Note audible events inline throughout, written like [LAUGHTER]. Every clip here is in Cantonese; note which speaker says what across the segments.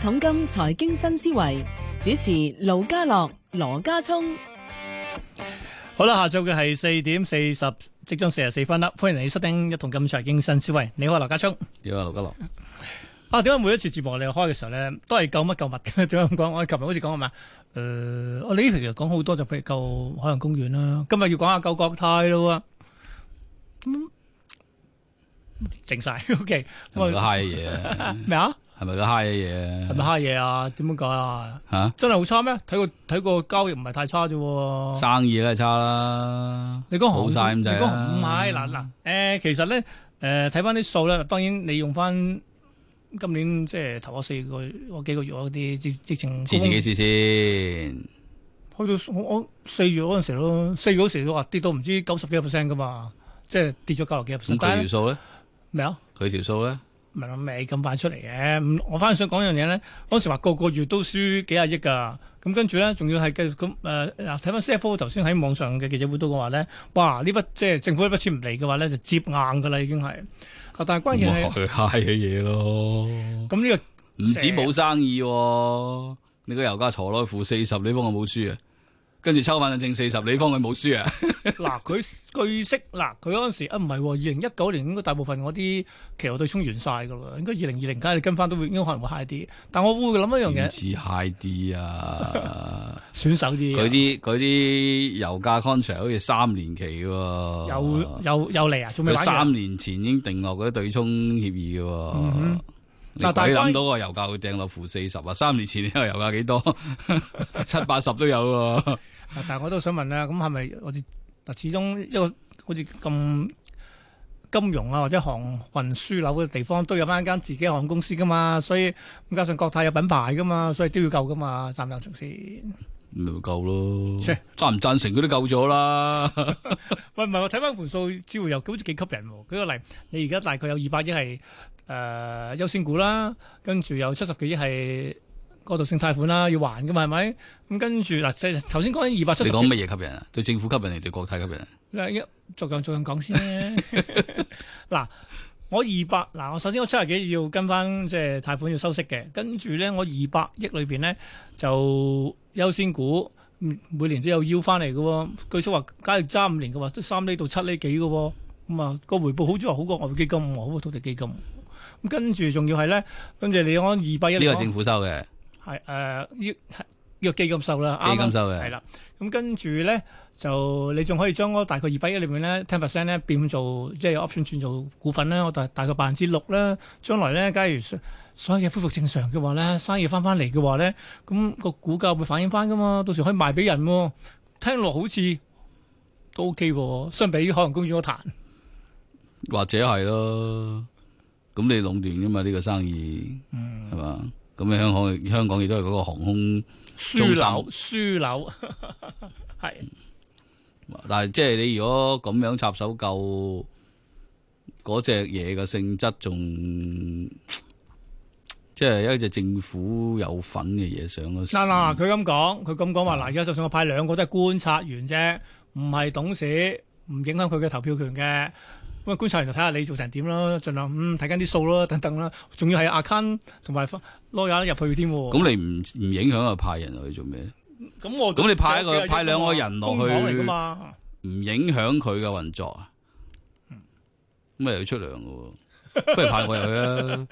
Speaker 1: 桶金財經新思維主持盧家樂、羅家聰。
Speaker 2: 好啦，下晝嘅係四點四十，即將四十四分啦。歡迎你收聽一桶金財經新思維。你好，羅家聰。
Speaker 3: 你好啊，盧家樂。
Speaker 2: 啊，點解每一次節目我哋開嘅時候咧，都係救乜救物嘅？ [LAUGHS] 點解咁講？我哋琴日好似講係咪？誒、呃，我哋呢期講好多就譬如救海洋公園啦，今日要講下救國泰咯喎。咁靜晒 [LAUGHS] OK，
Speaker 3: 係咪個嗨嘢
Speaker 2: [LAUGHS]
Speaker 3: 啊？
Speaker 2: 咩啊？
Speaker 3: 係咪個嗨嘢啊？
Speaker 2: 係咪蝦嘢啊？點樣講啊？
Speaker 3: 嚇？
Speaker 2: 真係好差咩？睇個睇個交易唔係太差啫喎。
Speaker 3: 生意梗係差啦。
Speaker 2: 你講航
Speaker 3: 好晒咁
Speaker 2: 你
Speaker 3: 滯啊
Speaker 2: 講
Speaker 3: 啦
Speaker 2: 唔係嗱嗱誒，其實咧誒睇翻啲數咧，當然你用翻今年即係頭嗰四個嗰幾個月嗰啲直直情
Speaker 3: 知自己試先，
Speaker 2: 去到我我四月嗰陣時咯，四月嗰時都話跌到唔知九十幾個 percent 噶嘛，即係跌咗九十幾個 percent。
Speaker 3: 咁
Speaker 2: 但
Speaker 3: 佢
Speaker 2: 係
Speaker 3: 條
Speaker 2: 呢
Speaker 3: 數咧，
Speaker 2: 咩啊？
Speaker 3: 佢條數咧，
Speaker 2: 唔係諗未咁快出嚟嘅。咁我反而想講一樣嘢咧，嗰時話個個月都輸幾廿億㗎。咁跟住咧，仲要係繼續咁誒呃嗱，睇翻 CFO 頭先喺網上嘅記者會都講話咧，哇！呢筆即係政府呢筆錢唔嚟嘅話咧，就接硬㗎啦已經係。啊但係關
Speaker 3: 咁
Speaker 2: 鍵
Speaker 3: 咪
Speaker 2: 係
Speaker 3: 佢嗨嘅
Speaker 2: [LAUGHS]
Speaker 3: 嘢咯。
Speaker 2: 咁呢個
Speaker 3: 唔止冇生意喎，你個油價坐落去負四十，你方佢冇輸啊。跟住抽翻正四十，你方佢冇
Speaker 2: [LAUGHS]
Speaker 3: 輸啊。
Speaker 2: 嗱，佢據悉嗱，佢嗰陣時啊唔係喎，二零一九年應該大部分我啲期貨對沖完晒㗎啦，應該二零二零家你跟翻都會應該可能會 high 啲。但我會諗一樣嘢，
Speaker 3: 點止嗨啲
Speaker 2: [LAUGHS]
Speaker 3: 啊？
Speaker 2: 選手啲嘢
Speaker 3: 佢啲佢啲油價 contract 好似三年期嘅喎，
Speaker 2: 又又又嚟啊，仲未玩
Speaker 3: 佢
Speaker 2: 完
Speaker 3: 三年前已經定落嗰啲對沖協議嘅喎。
Speaker 2: 嗯
Speaker 3: 你
Speaker 2: 嗱
Speaker 3: 鬼
Speaker 2: 但係關於
Speaker 3: 諗到個油價會掟落負四十啊！三年前呢個油價幾多？ [LAUGHS] 七八十都有喎。
Speaker 2: 啊但係我都想問啦，咁係咪呃我哋嗱始終一個好似咁金融啊或者航運樞紐嘅地方都有翻間自己航空公司噶嘛，所以咁加上國泰有品牌噶嘛，所以都要救噶嘛，贊唔贊成先？
Speaker 3: 咪夠咯
Speaker 2: 切，
Speaker 3: 贊唔贊成佢都夠咗啦。
Speaker 2: 喂，唔係我睇翻盤數，似乎又好似幾吸引喎。舉個例，你而家大概有二百億係誒、呃、優先股啦，跟住有七十幾億係過渡性貸款啦，要還噶嘛，係咪？咁跟住嗱，即係頭先講緊二百七
Speaker 3: 你
Speaker 2: 十
Speaker 3: 講乜嘢吸引啊？對政府吸引定對國泰吸引啊？
Speaker 2: 嗱，一逐樣逐樣講先咧。 [LAUGHS] 嗱，我二百嗱，我首先我七十幾要跟翻即係貸款要收息嘅，跟住咧我二百億裏邊咧就優先股，嗯每年都有要翻嚟嘅喎。據說話假如揸五年嘅話，都三厘到七厘幾嘅喎。咁啊，個回報好似話好過外匯基金喎，好過土地基金。咁跟住仲要係咧，跟住你講二百億
Speaker 3: 呢個
Speaker 2: 嚟講
Speaker 3: 政府收嘅，
Speaker 2: 係誒要要基金收啦，啊
Speaker 3: 基金收
Speaker 2: 係
Speaker 3: 嘅，
Speaker 2: 啦。咁跟住咧就你仲可以將嗰大概二百億裏面咧 ten percent 咧變做即係有 option 轉做股份啦，我大大概百分之六啦。將來咧，假如所所有嘢恢復正常嘅話咧，生意翻翻嚟嘅話咧，咁、個股價會反映翻噶嘛，到時可以賣俾人喎、聽落好似都 OK 喎，相比於海洋公園嗰壇。
Speaker 3: 或者係咯。咁你壟斷㗎嘛？呢個生意
Speaker 2: 嗯
Speaker 3: 係嘛？咁你香港香港亦都係嗰個航空。
Speaker 2: 輸樓，輸樓， [LAUGHS] 係
Speaker 3: 但係即係你如果咁樣插手救嗰只嘢嘅性質，仲即係一隻政府有份嘅嘢上咗市
Speaker 2: 嗱嗱，佢咁講，佢咁講話嗱，而家就算我派兩個都係觀察員啫，唔係董事，唔影響佢嘅投票權嘅。咁啊，觀察員就睇下你做成點啦，盡量嗯睇緊啲數啦，等等啦，仲要係 account 同埋 lawyer 入去添喎。
Speaker 3: 咁你唔唔影響啊派人落去做咩？
Speaker 2: 咁我
Speaker 3: 咁你派一個
Speaker 2: 有幾日
Speaker 3: 派兩個人落去
Speaker 2: 公帑嚟㗎
Speaker 3: [LAUGHS]
Speaker 2: 嘛？
Speaker 3: 唔影響佢嘅運作啊？
Speaker 2: 嗯
Speaker 3: 咁咪又要出糧
Speaker 2: [LAUGHS]
Speaker 3: 嘅喎，不如派我入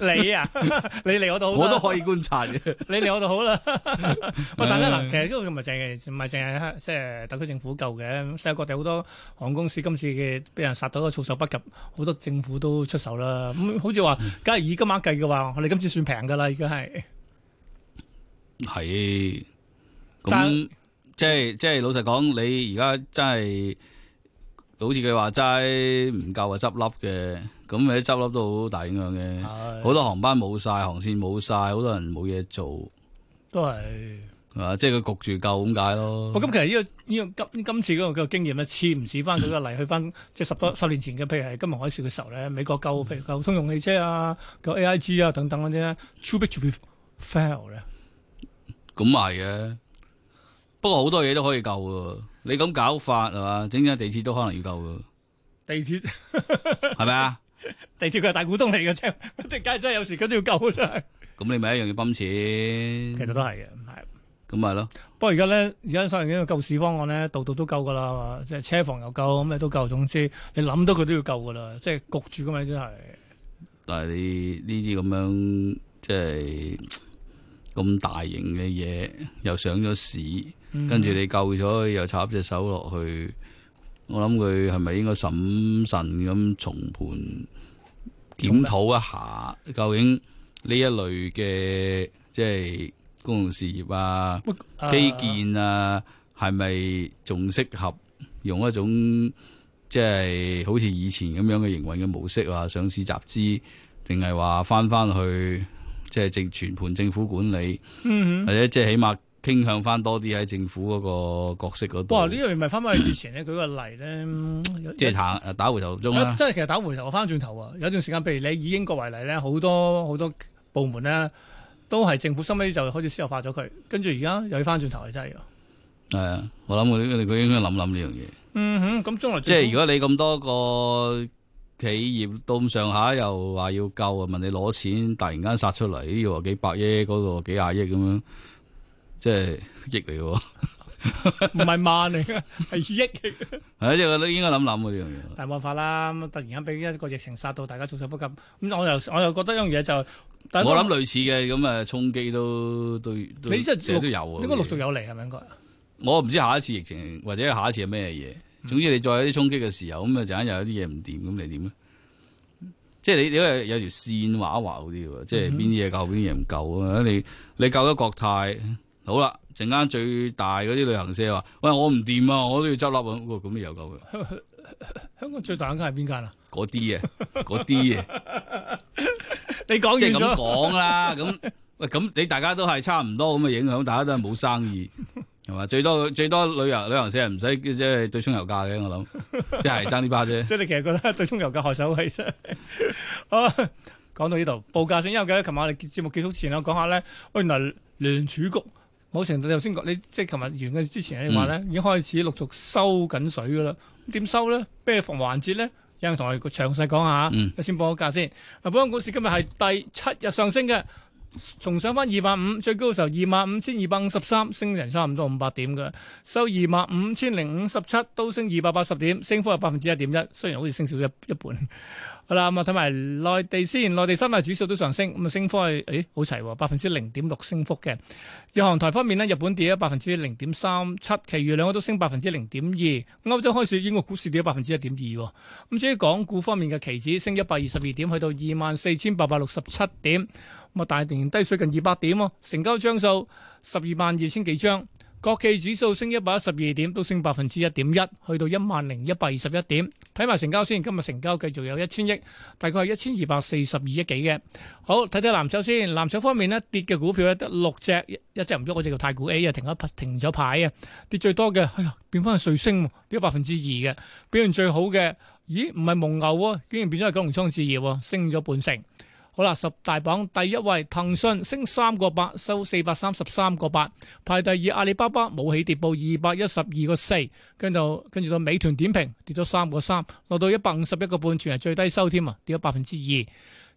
Speaker 3: 去啊！
Speaker 2: 你啊， [LAUGHS] 你嚟我度好啦
Speaker 3: 我都可以觀察嘅。
Speaker 2: 你嚟我度好 [LAUGHS] 啦。喂，但係咧嗱，其實呢個唔係淨係唔係淨係香即係特區政府救嘅，世界各地好多航空公司今次嘅俾人殺到個措手不及，好多政府都出手啦。咁、好似話，假如以金額計嘅話，我哋今次算平㗎啦，已經係。
Speaker 3: 係，
Speaker 2: 但
Speaker 3: 咁即係即係老實講，你而家真係好似佢話齋唔夠啊，執笠嘅，咁你執笠都好大影響嘅。好多航班冇晒，航線冇晒，好多人冇嘢做，
Speaker 2: 都係。
Speaker 3: 係嘛？即係佢焗住救咁解咯
Speaker 2: 哦我。咁其實呢、個呢、個今今次嗰個嘅經驗咧，似唔似翻佢個例？去翻即係十多十年前嘅，譬如係金融海嘯嘅時候咧，美國救譬如救通用汽車啊、救 AIG 啊等等嗰啲咧，too big to be fail 咧。
Speaker 3: 咁係嘅，不過好多嘢都可以救嘅。你咁搞法係嘛？整間地鐵都可能要救嘅，
Speaker 2: 地鐵
Speaker 3: 係咪啊？
Speaker 2: [LAUGHS] 地鐵佢係大股東嚟嘅啫，即係梗係真係有時佢都要救啊真係。
Speaker 3: 咁你咪一樣要泵錢，
Speaker 2: 其實都係嘅，係。
Speaker 3: 咁咪咯。
Speaker 2: 不過而家咧，而家所謂嘅救市方案咧，度度都夠噶啦，即係車房又夠，咩都夠。總之你諗到佢都要夠噶啦，即係焗住噶嘛，真係。
Speaker 3: 但係你呢啲咁樣即係咁大型嘅嘢，又上咗市，
Speaker 2: 嗯
Speaker 3: 跟住你救咗佢又插隻手落去，我諗佢係咪應該審慎咁重盤檢討一下，究竟呢一類嘅即係公用事業啊、
Speaker 2: 喂啊
Speaker 3: 基建啊，係咪仲適合用一種即係好似以前咁樣嘅營運嘅模式啊？上市集資，定係話翻翻去即係政全盤政府管理，
Speaker 2: 嗯哼
Speaker 3: 或者即係起碼傾向翻多啲喺政府嗰個角色嗰
Speaker 2: 哇！呢
Speaker 3: 度，
Speaker 2: 樣咪翻返去以前咧，舉個例咧，嗯有
Speaker 3: 即係打打回頭
Speaker 2: 有
Speaker 3: 中啦。
Speaker 2: 真係其實打回頭翻轉頭啊！有段時間，譬如你以英國為例咧，好多好多部門咧都係政府收尾就開始私有化咗佢，跟住而家又要翻轉頭係真係㗎。
Speaker 3: 係啊，我諗佢佢應該諗諗呢樣嘢。
Speaker 2: 嗯哼，咁將來
Speaker 3: 即係如果你咁多個企業到咁上下，又話要救啊，問你攞錢，突然間殺出嚟，呢個幾百億，嗰、個幾廿億咁樣，即係億嚟嘅喎。
Speaker 2: 唔係萬嚟嘅，係億。
Speaker 3: [LAUGHS] 係啊，即係我都應該諗諗嘅呢
Speaker 2: 但係冇辦法啦，咁突然間俾一個疫情殺到，大家措手不及。咁我又我又覺得一樣嘢就，
Speaker 3: 樣
Speaker 2: 但
Speaker 3: 嘢。
Speaker 2: 係
Speaker 3: 我諗類似嘅咁啊，衝擊都都都
Speaker 2: 你真係
Speaker 3: 成日都有啊。
Speaker 2: 應該陸續有嚟係咪應該？
Speaker 3: 我唔知下一次疫情或者下一次係咩嘢，總之你再有啲衝擊嘅時候，咁啊陣間又有啲嘢唔掂，咁你點咧？啊即係你你係有條線畫一畫好啲喎，即係邊啲嘢夠，邊啲嘢唔夠啊！你你救咗國泰，好啦，陣間最大嗰啲旅行社話：喂，我唔掂啊，我都要執笠啊！哇咁你又夠嘅，
Speaker 2: 香港最大間係邊間啊？
Speaker 3: 嗰啲嘢，嗰啲啊嘢，
Speaker 2: 你講
Speaker 3: [LAUGHS] 即係
Speaker 2: 完
Speaker 3: 咁
Speaker 2: 咗，
Speaker 3: 講啦。咁喂，咁你大家都係差唔多咁嘅啊影響，大家都係冇生
Speaker 2: [LAUGHS]
Speaker 3: 意，係嘛？最多最多旅遊旅行社係唔使即係對沖油價嘅，我諗即係爭呢巴
Speaker 2: [LAUGHS]
Speaker 3: 啫。
Speaker 2: 即係你其實覺得對沖油價害首位啫。 [LAUGHS] 好，講到呢度報價先，因為咧，琴晚我哋節目結束前我講下咧，喂原來聯儲局某程度頭先講，你即係琴日完嘅之前你話
Speaker 3: 嗯
Speaker 2: 咧，已經開始陸續收緊水噶啦。咁點收咧？咩防環節咧？有人同我哋詳細講下。
Speaker 3: 嗯，
Speaker 2: 先報個價先。啊嗱，本港股市今日係第七日上升嘅，重上翻二萬五，最高嘅時候二萬五千二百五十三，升人差唔多五百點嘅，收二萬五千零五十七，都升二百八十點，升幅係百分之一點一，雖然好似升少咗一一半。 [LAUGHS] 好啦，咁啊睇埋內地先，內地三大指數都上升，咁啊升幅係，誒好齊喎，百分之零點六升幅嘅。日韓台方面呢，日本跌咗百分之零點三七，其餘兩個都升百分之零點二。歐洲開市，英國股市跌咗百分之一點二喎。咁至於港股方面嘅期指升一百二十二點，去到二萬四千八百六十七點，咁啊大年低水近二百點喎，成交張數十二萬二千幾張。國企指數升一百一十二點，都升百分之一點一，去到一萬零一百二十一點。睇埋成交先，今日成交繼續有一千億，大概係一千二百四十二億幾嘅。好，睇睇藍籌先。藍籌方面呢，跌嘅股票咧得六隻，一一隻唔喐，嗰隻叫太古 A 啊，停咗停咗牌啊。跌最多嘅，哎呀，變翻係瑞星喎，跌咗百分之二嘅。表現最好嘅，咦，唔係蒙牛喎，竟然變咗係九龍倉置業喎，升咗半成。好啦，十大榜第一位騰訊升三個八，收四百三十三個八。排第二阿里巴巴冇起跌，報二百一十二個四，跟到跟住到美團點評跌咗三個三，落到一百五十一個半，全日最低收添啊，跌咗百分之二。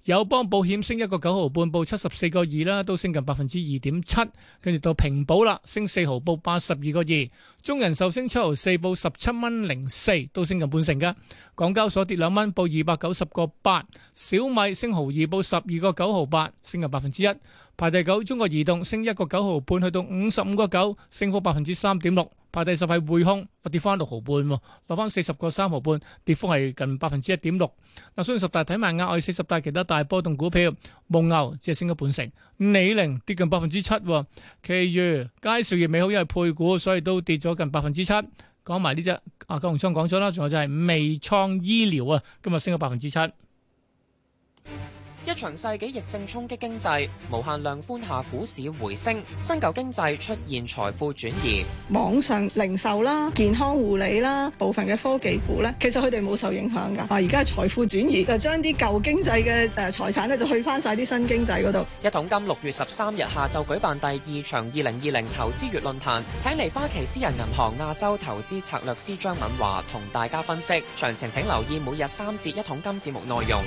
Speaker 2: 友邦保險升一個九毫半，報七十四個二啦，都升近百分之二點七。跟住到平保啦，升四毫，報八十二個二。中人壽升七毫四，報十七蚊零四，都升近半成㗎。港交所跌兩蚊，報二百九十個八。小米升毫二，報十二個九毫八，升近百分之一。排第九，中國移動升一個九毫半，去到五十五個九，升幅百分之三點六。排第十係匯控，我跌翻六毫半喎，落翻四十個三毫半，跌幅係近百分之一點六。嗱，雖然十大睇埋額外四十大其他大波動股票，蒙牛只係升咗半成，李寧跌近百分之七喎，其餘佳兆業美好因為配股，所以都跌咗近百分之七。講埋呢只啊，九龍倉講咗啦，仲有就係微創醫療啊，今日升咗百分之七。
Speaker 4: 一場世紀疫症衝擊經濟，無限量寬下股市回升，新舊經濟出現財富轉移。
Speaker 5: 網上零售啦、健康護理啦、部分嘅科技股咧，其實佢哋冇受影響㗎。啊，而家財富轉移就將啲舊經濟嘅誒財產咧，就去翻晒啲新經濟嗰度。
Speaker 4: 一桶金六月十三日下晝舉辦第二場二零二零投資月論壇，請嚟花旗私人銀行亞洲投資策略師張敏華同大家分析。詳情請留意每日三節一桶金節目內容。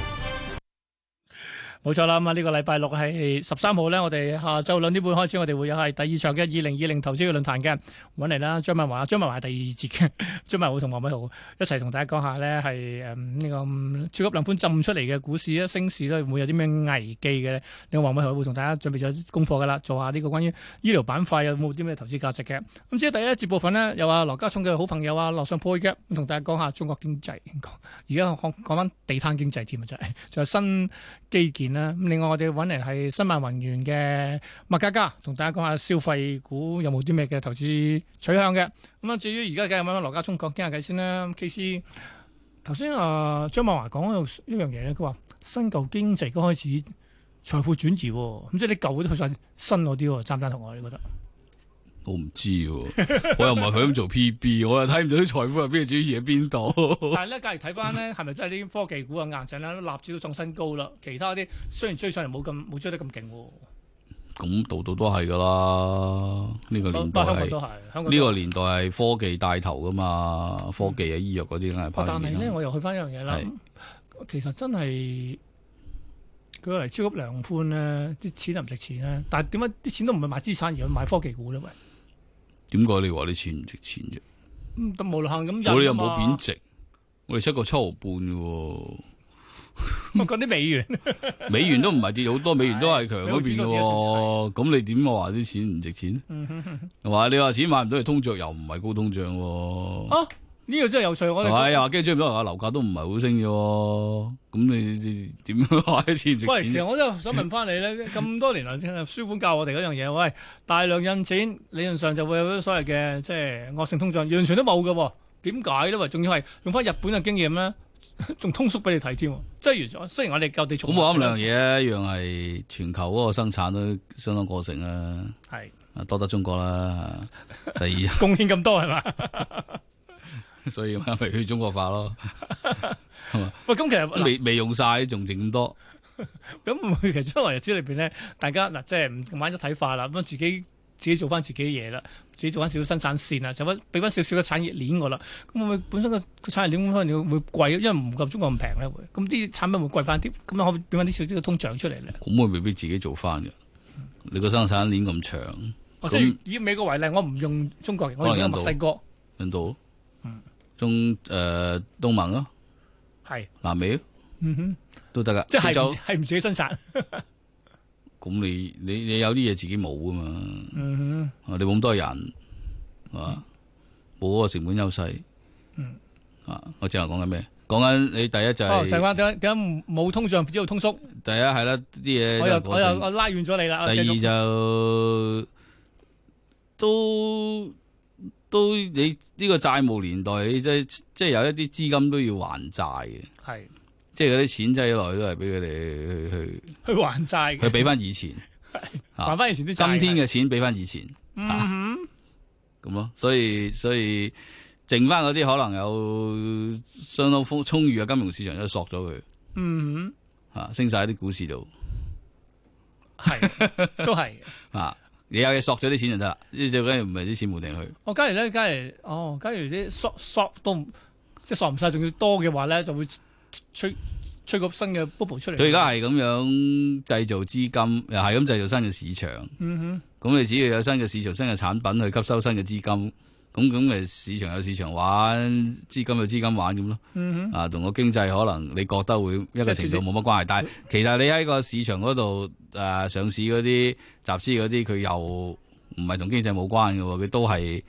Speaker 2: 冇錯啦，咁啊呢個禮拜六係十三號咧，我哋下晝兩點半開始，我哋會有係第二場嘅二零二零投資嘅論壇嘅，揾嚟啦，張文華，張文華係第二節嘅， [LAUGHS] 張文華會同黃偉豪一齊同大家講下咧係誒呢個嗯超級量寬浸出嚟嘅股市咧啊升市咧會有啲咩危機嘅咧？呢個黃偉豪會同大家準備咗功課噶啦，做下呢個關於醫療板塊有冇啲咩投資價值嘅。咁至於第一節部分咧，有啊羅家聰嘅好朋友啊羅尚佩嘅，咁同大家講下中國經濟，而家講講翻地攤經濟添啊，真係仲有新基建啦。咁另外我哋揾嚟係新萬宏源嘅麥嘉嘉，同大家講下消費股有冇啲咩嘅投資取向嘅。咁啊，至於而家梗係揾羅家聰講傾下偈先啦。K C 頭先啊張茂華講咗一樣嘢咧，佢話新舊經濟都開始財富轉移喎，咁即係你舊嗰啲去晒新嗰啲喎，贊唔贊同我？你覺得？
Speaker 3: 我唔知喎，我又唔係佢咁做 PB，我又睇唔到啲財富入邊嘅主義喺邊度。 [LAUGHS]
Speaker 2: 但係咧，假如睇翻咧，係咪真係啲科技股啊硬淨啦，納指都創新高啦，其他啲雖然追上嚟冇咁冇追得咁勁喎，
Speaker 3: 咁度度都係噶啦，呢、個
Speaker 2: 不
Speaker 3: 年
Speaker 2: 過
Speaker 3: 代
Speaker 2: 香港
Speaker 3: 係
Speaker 2: 都係
Speaker 3: 呢
Speaker 2: 香港都係
Speaker 3: 個年代係科技帶頭噶嘛，科技啊、醫藥嗰啲梗係
Speaker 2: 哦但
Speaker 3: 拋
Speaker 2: 係咧，
Speaker 3: 面啦。
Speaker 2: 我又去翻一樣嘢啦
Speaker 3: 啊係。
Speaker 2: 其實真係舉個例，超級量寬咧，啲錢又唔值錢咧。但係點解啲錢都唔係買資產，而係買科技股咧？喂，
Speaker 3: 點解你話你錢唔值錢啫？
Speaker 2: 咁都無限咁印啊嘛
Speaker 3: 我哋
Speaker 2: [LAUGHS]
Speaker 3: 又冇貶？值，我哋七個七毫半嘅喎。
Speaker 2: 我講啲美元，
Speaker 3: 美元都唔係跌好多，美元都係強嗰邊嘅喎。咁你點啊話啲錢唔值錢？
Speaker 2: 嗯
Speaker 3: 係嘛？你話錢買唔到，係通脹又唔係高通脹喎。
Speaker 2: 啊呢個真係有趣。我
Speaker 3: [LAUGHS] 係咪
Speaker 2: 哋
Speaker 3: 又話跟住追唔到，又話樓價都唔係好升嘅喎。咁你你點啊 [LAUGHS] 話啲錢唔值
Speaker 2: 喂，其
Speaker 3: 錢
Speaker 2: 實？我都想問翻你咧，咁多年來 [LAUGHS] 書本教我哋嗰樣嘢，喂，大量印錢理論上就會有啲所謂嘅即係惡性通脹，完全都冇嘅喎。點解咧？喂，仲要係用翻日本嘅經驗咧，仲通縮俾你睇添喎，即係完全。雖然我哋舊地重
Speaker 3: 咁我諗兩樣嘢，一樣係全球嗰個生產都相當過剩啦，
Speaker 2: 係。
Speaker 3: 啊多得中
Speaker 2: [LAUGHS]
Speaker 3: 國啦。第
Speaker 2: 貢獻咁多係
Speaker 3: [LAUGHS]
Speaker 2: 嘛？
Speaker 3: 二，所以咪去中國化咯，
Speaker 2: 喂，咁其實嗱
Speaker 3: 未未用晒，仲剩咁多。
Speaker 2: 咁會唔會其實將來日子裏邊咧，大家嗱即係唔玩咗睇化啦，咁自己自己做翻自己嘢啦，自己做翻少少生產線啊啦，就翻俾翻少少嘅產業鏈我啦。咁會唔會本身個個產業鏈可能會貴，因為唔夠中國咁平咧會，咁啲產品會貴翻啲，咁可唔可以變翻啲少少嘅通脹出嚟咧？
Speaker 3: 咁我未必自己做翻嘅。你個生產鏈咁長，
Speaker 2: 我哦即係以美國為例，我唔用中國嘅，我用墨西哥，
Speaker 3: 印度，
Speaker 2: 嗯
Speaker 3: 中誒、呃、東盟咯，
Speaker 2: 係
Speaker 3: 南美咯
Speaker 2: 嗯哼，
Speaker 3: 都得噶。
Speaker 2: 即係
Speaker 3: 非
Speaker 2: 唔
Speaker 3: 洲
Speaker 2: 係唔自己生產，
Speaker 3: 咁你你你有啲嘢自己冇啊嘛，
Speaker 2: 嗯
Speaker 3: 啊你冇咁多人係嘛，冇嗰個成本優勢。啊，我正話講緊咩？講緊你第一就
Speaker 2: 哼，嗯
Speaker 3: 係、
Speaker 2: 哦，就係話點解點解冇通脹，只有通縮？
Speaker 3: 第一係啦，啲嘢
Speaker 2: 我
Speaker 3: 都
Speaker 2: 又
Speaker 3: 係過
Speaker 2: 我又
Speaker 3: 剩
Speaker 2: 我拉遠咗你啦，
Speaker 3: 第
Speaker 2: 繼續
Speaker 3: 二就都都你呢個債務年代，你即即係有一啲資金都要還債嘅，
Speaker 2: 係
Speaker 3: 即係嗰啲錢擠落去都係俾佢哋去去
Speaker 2: 去還債
Speaker 3: 去
Speaker 2: 嘅，
Speaker 3: 俾翻以前，啊
Speaker 2: 還翻以前啲債嘅
Speaker 3: 今天嘅錢俾翻以前
Speaker 2: 嗯哼
Speaker 3: 咁咯，所以所以剩翻嗰啲可能有相當豐充裕嘅金融市場都索咗佢
Speaker 2: 嗯
Speaker 3: 啊，升晒喺啲股市度
Speaker 2: 哼，係都係。
Speaker 3: 啊，你有嘢索咗啲錢就得啦，呢最緊要唔係啲錢冇定去。
Speaker 2: 我假如咧，假如哦，假如啲索索都唔即係索唔晒，仲要多嘅話咧，就會吹吹個新嘅 bubble 出嚟。
Speaker 3: 佢而家係咁樣製造資金，又係咁製造新嘅市場。
Speaker 2: 嗯
Speaker 3: 咁你只要有新嘅市場、新嘅產品去吸收新嘅資金，咁咁咪市場有市場玩，資金有資金玩咁咯。
Speaker 2: 哼，嗯
Speaker 3: 啊，同個經濟可能你覺得會一個程度冇乜關係，但係其實你喺個市場嗰度誒上市嗰啲集資嗰啲，佢又唔係同經濟冇關嘅喎，佢都係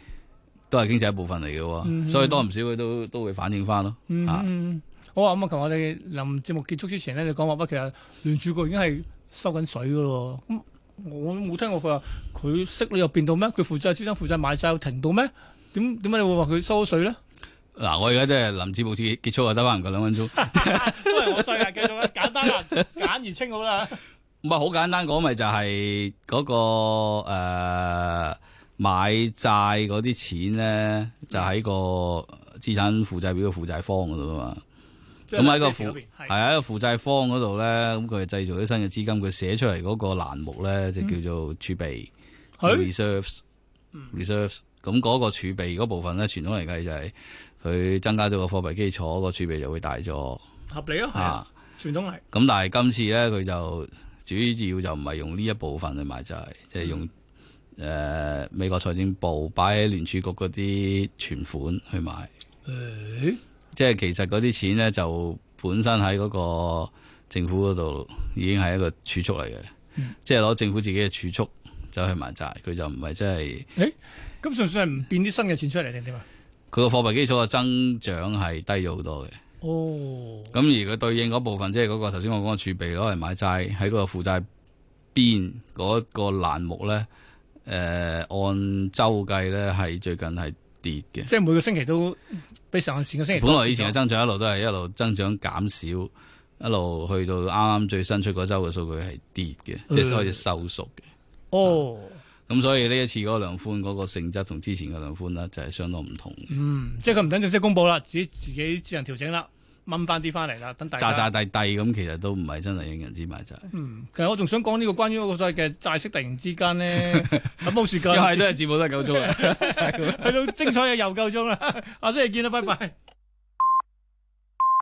Speaker 3: 都係經濟一部分嚟嘅喎，所以多唔少佢都都會反映翻咯。
Speaker 2: 哼，
Speaker 3: 啊
Speaker 2: 嗯哼，好啊！咁啊，琴日我哋臨節目結束之前咧，你講話喂，其實聯儲局已經係收緊水噶咯。咁我都冇聽過佢話佢息率又變到咩？佢負債資產負債買債又停到咩？點點解你會話佢收咗水咧？
Speaker 3: 嗱，我而家即係臨節目結結束啊，得翻唔夠兩分鐘。
Speaker 2: 都 [LAUGHS] 係我衰啊！繼續啦，簡單啦，簡而清好啦。
Speaker 3: 唔係好簡單講，咪就係嗰、個誒、呃、買債嗰啲錢咧，就喺個資產負債表嘅負債方嗰度啊嘛。咁喺個負係
Speaker 2: 係
Speaker 3: 喺個負債方嗰度咧，咁佢係製造啲新嘅資金，佢寫出嚟嗰個欄目咧就叫做儲備、
Speaker 2: 嗯係嗯
Speaker 3: reserves reserves。咁嗰個儲備嗰部分咧，傳統嚟計就係佢增加咗個貨幣基礎，個儲備就會大咗。
Speaker 2: 合理啊，係啊
Speaker 3: 啊，
Speaker 2: 傳統嚟，
Speaker 3: 咁但係今次咧，佢就主要就唔係用呢一部分去買債，即係用誒、
Speaker 2: 嗯
Speaker 3: 呃美國財政部擺喺聯儲局嗰啲存款去買。即係其實嗰啲錢咧就本身喺嗰個政府嗰度已經係一個儲蓄嚟嘅，即係攞政府自己嘅儲蓄走去買債，佢就唔係真係
Speaker 2: 咁純粹係唔變啲新嘅錢出嚟定點啊？
Speaker 3: 佢個貨幣基礎嘅增長係低咗好多嘅。
Speaker 2: 哦，
Speaker 3: 咁而佢對應嗰部分，即係嗰個頭先我講嘅儲備攞嚟買債，喺嗰個負債邊嗰個欄目咧，誒、按周計咧係最近係跌嘅。
Speaker 2: 即係每個星期都比上個前個星期多
Speaker 3: 本來以前嘅增長一路都係一路增長減少，一路去到啱啱最新出嗰周嘅數據係跌嘅，
Speaker 2: 嗯
Speaker 3: 即係開始收縮嘅。
Speaker 2: 哦，
Speaker 3: 咁所以呢一次嗰個量寬嗰個性質同之前嘅量寬咧就係相當唔同嘅，
Speaker 2: 嗯，即係佢唔等正式公佈啦，自己自己自行調整啦，掹翻啲翻嚟啦，等大
Speaker 3: 炸
Speaker 2: 家。
Speaker 3: 炸地地咁，其實都唔係真係應人之買債，
Speaker 2: 嗯，其實我仲想講呢個關於嗰個所謂嘅債息突然之
Speaker 3: [LAUGHS]
Speaker 2: 間咧，咁冇時間
Speaker 3: 因，為都係節目都係夠鐘啦。
Speaker 2: 去到精彩嘅又夠鐘啦，下星期見啦，拜拜。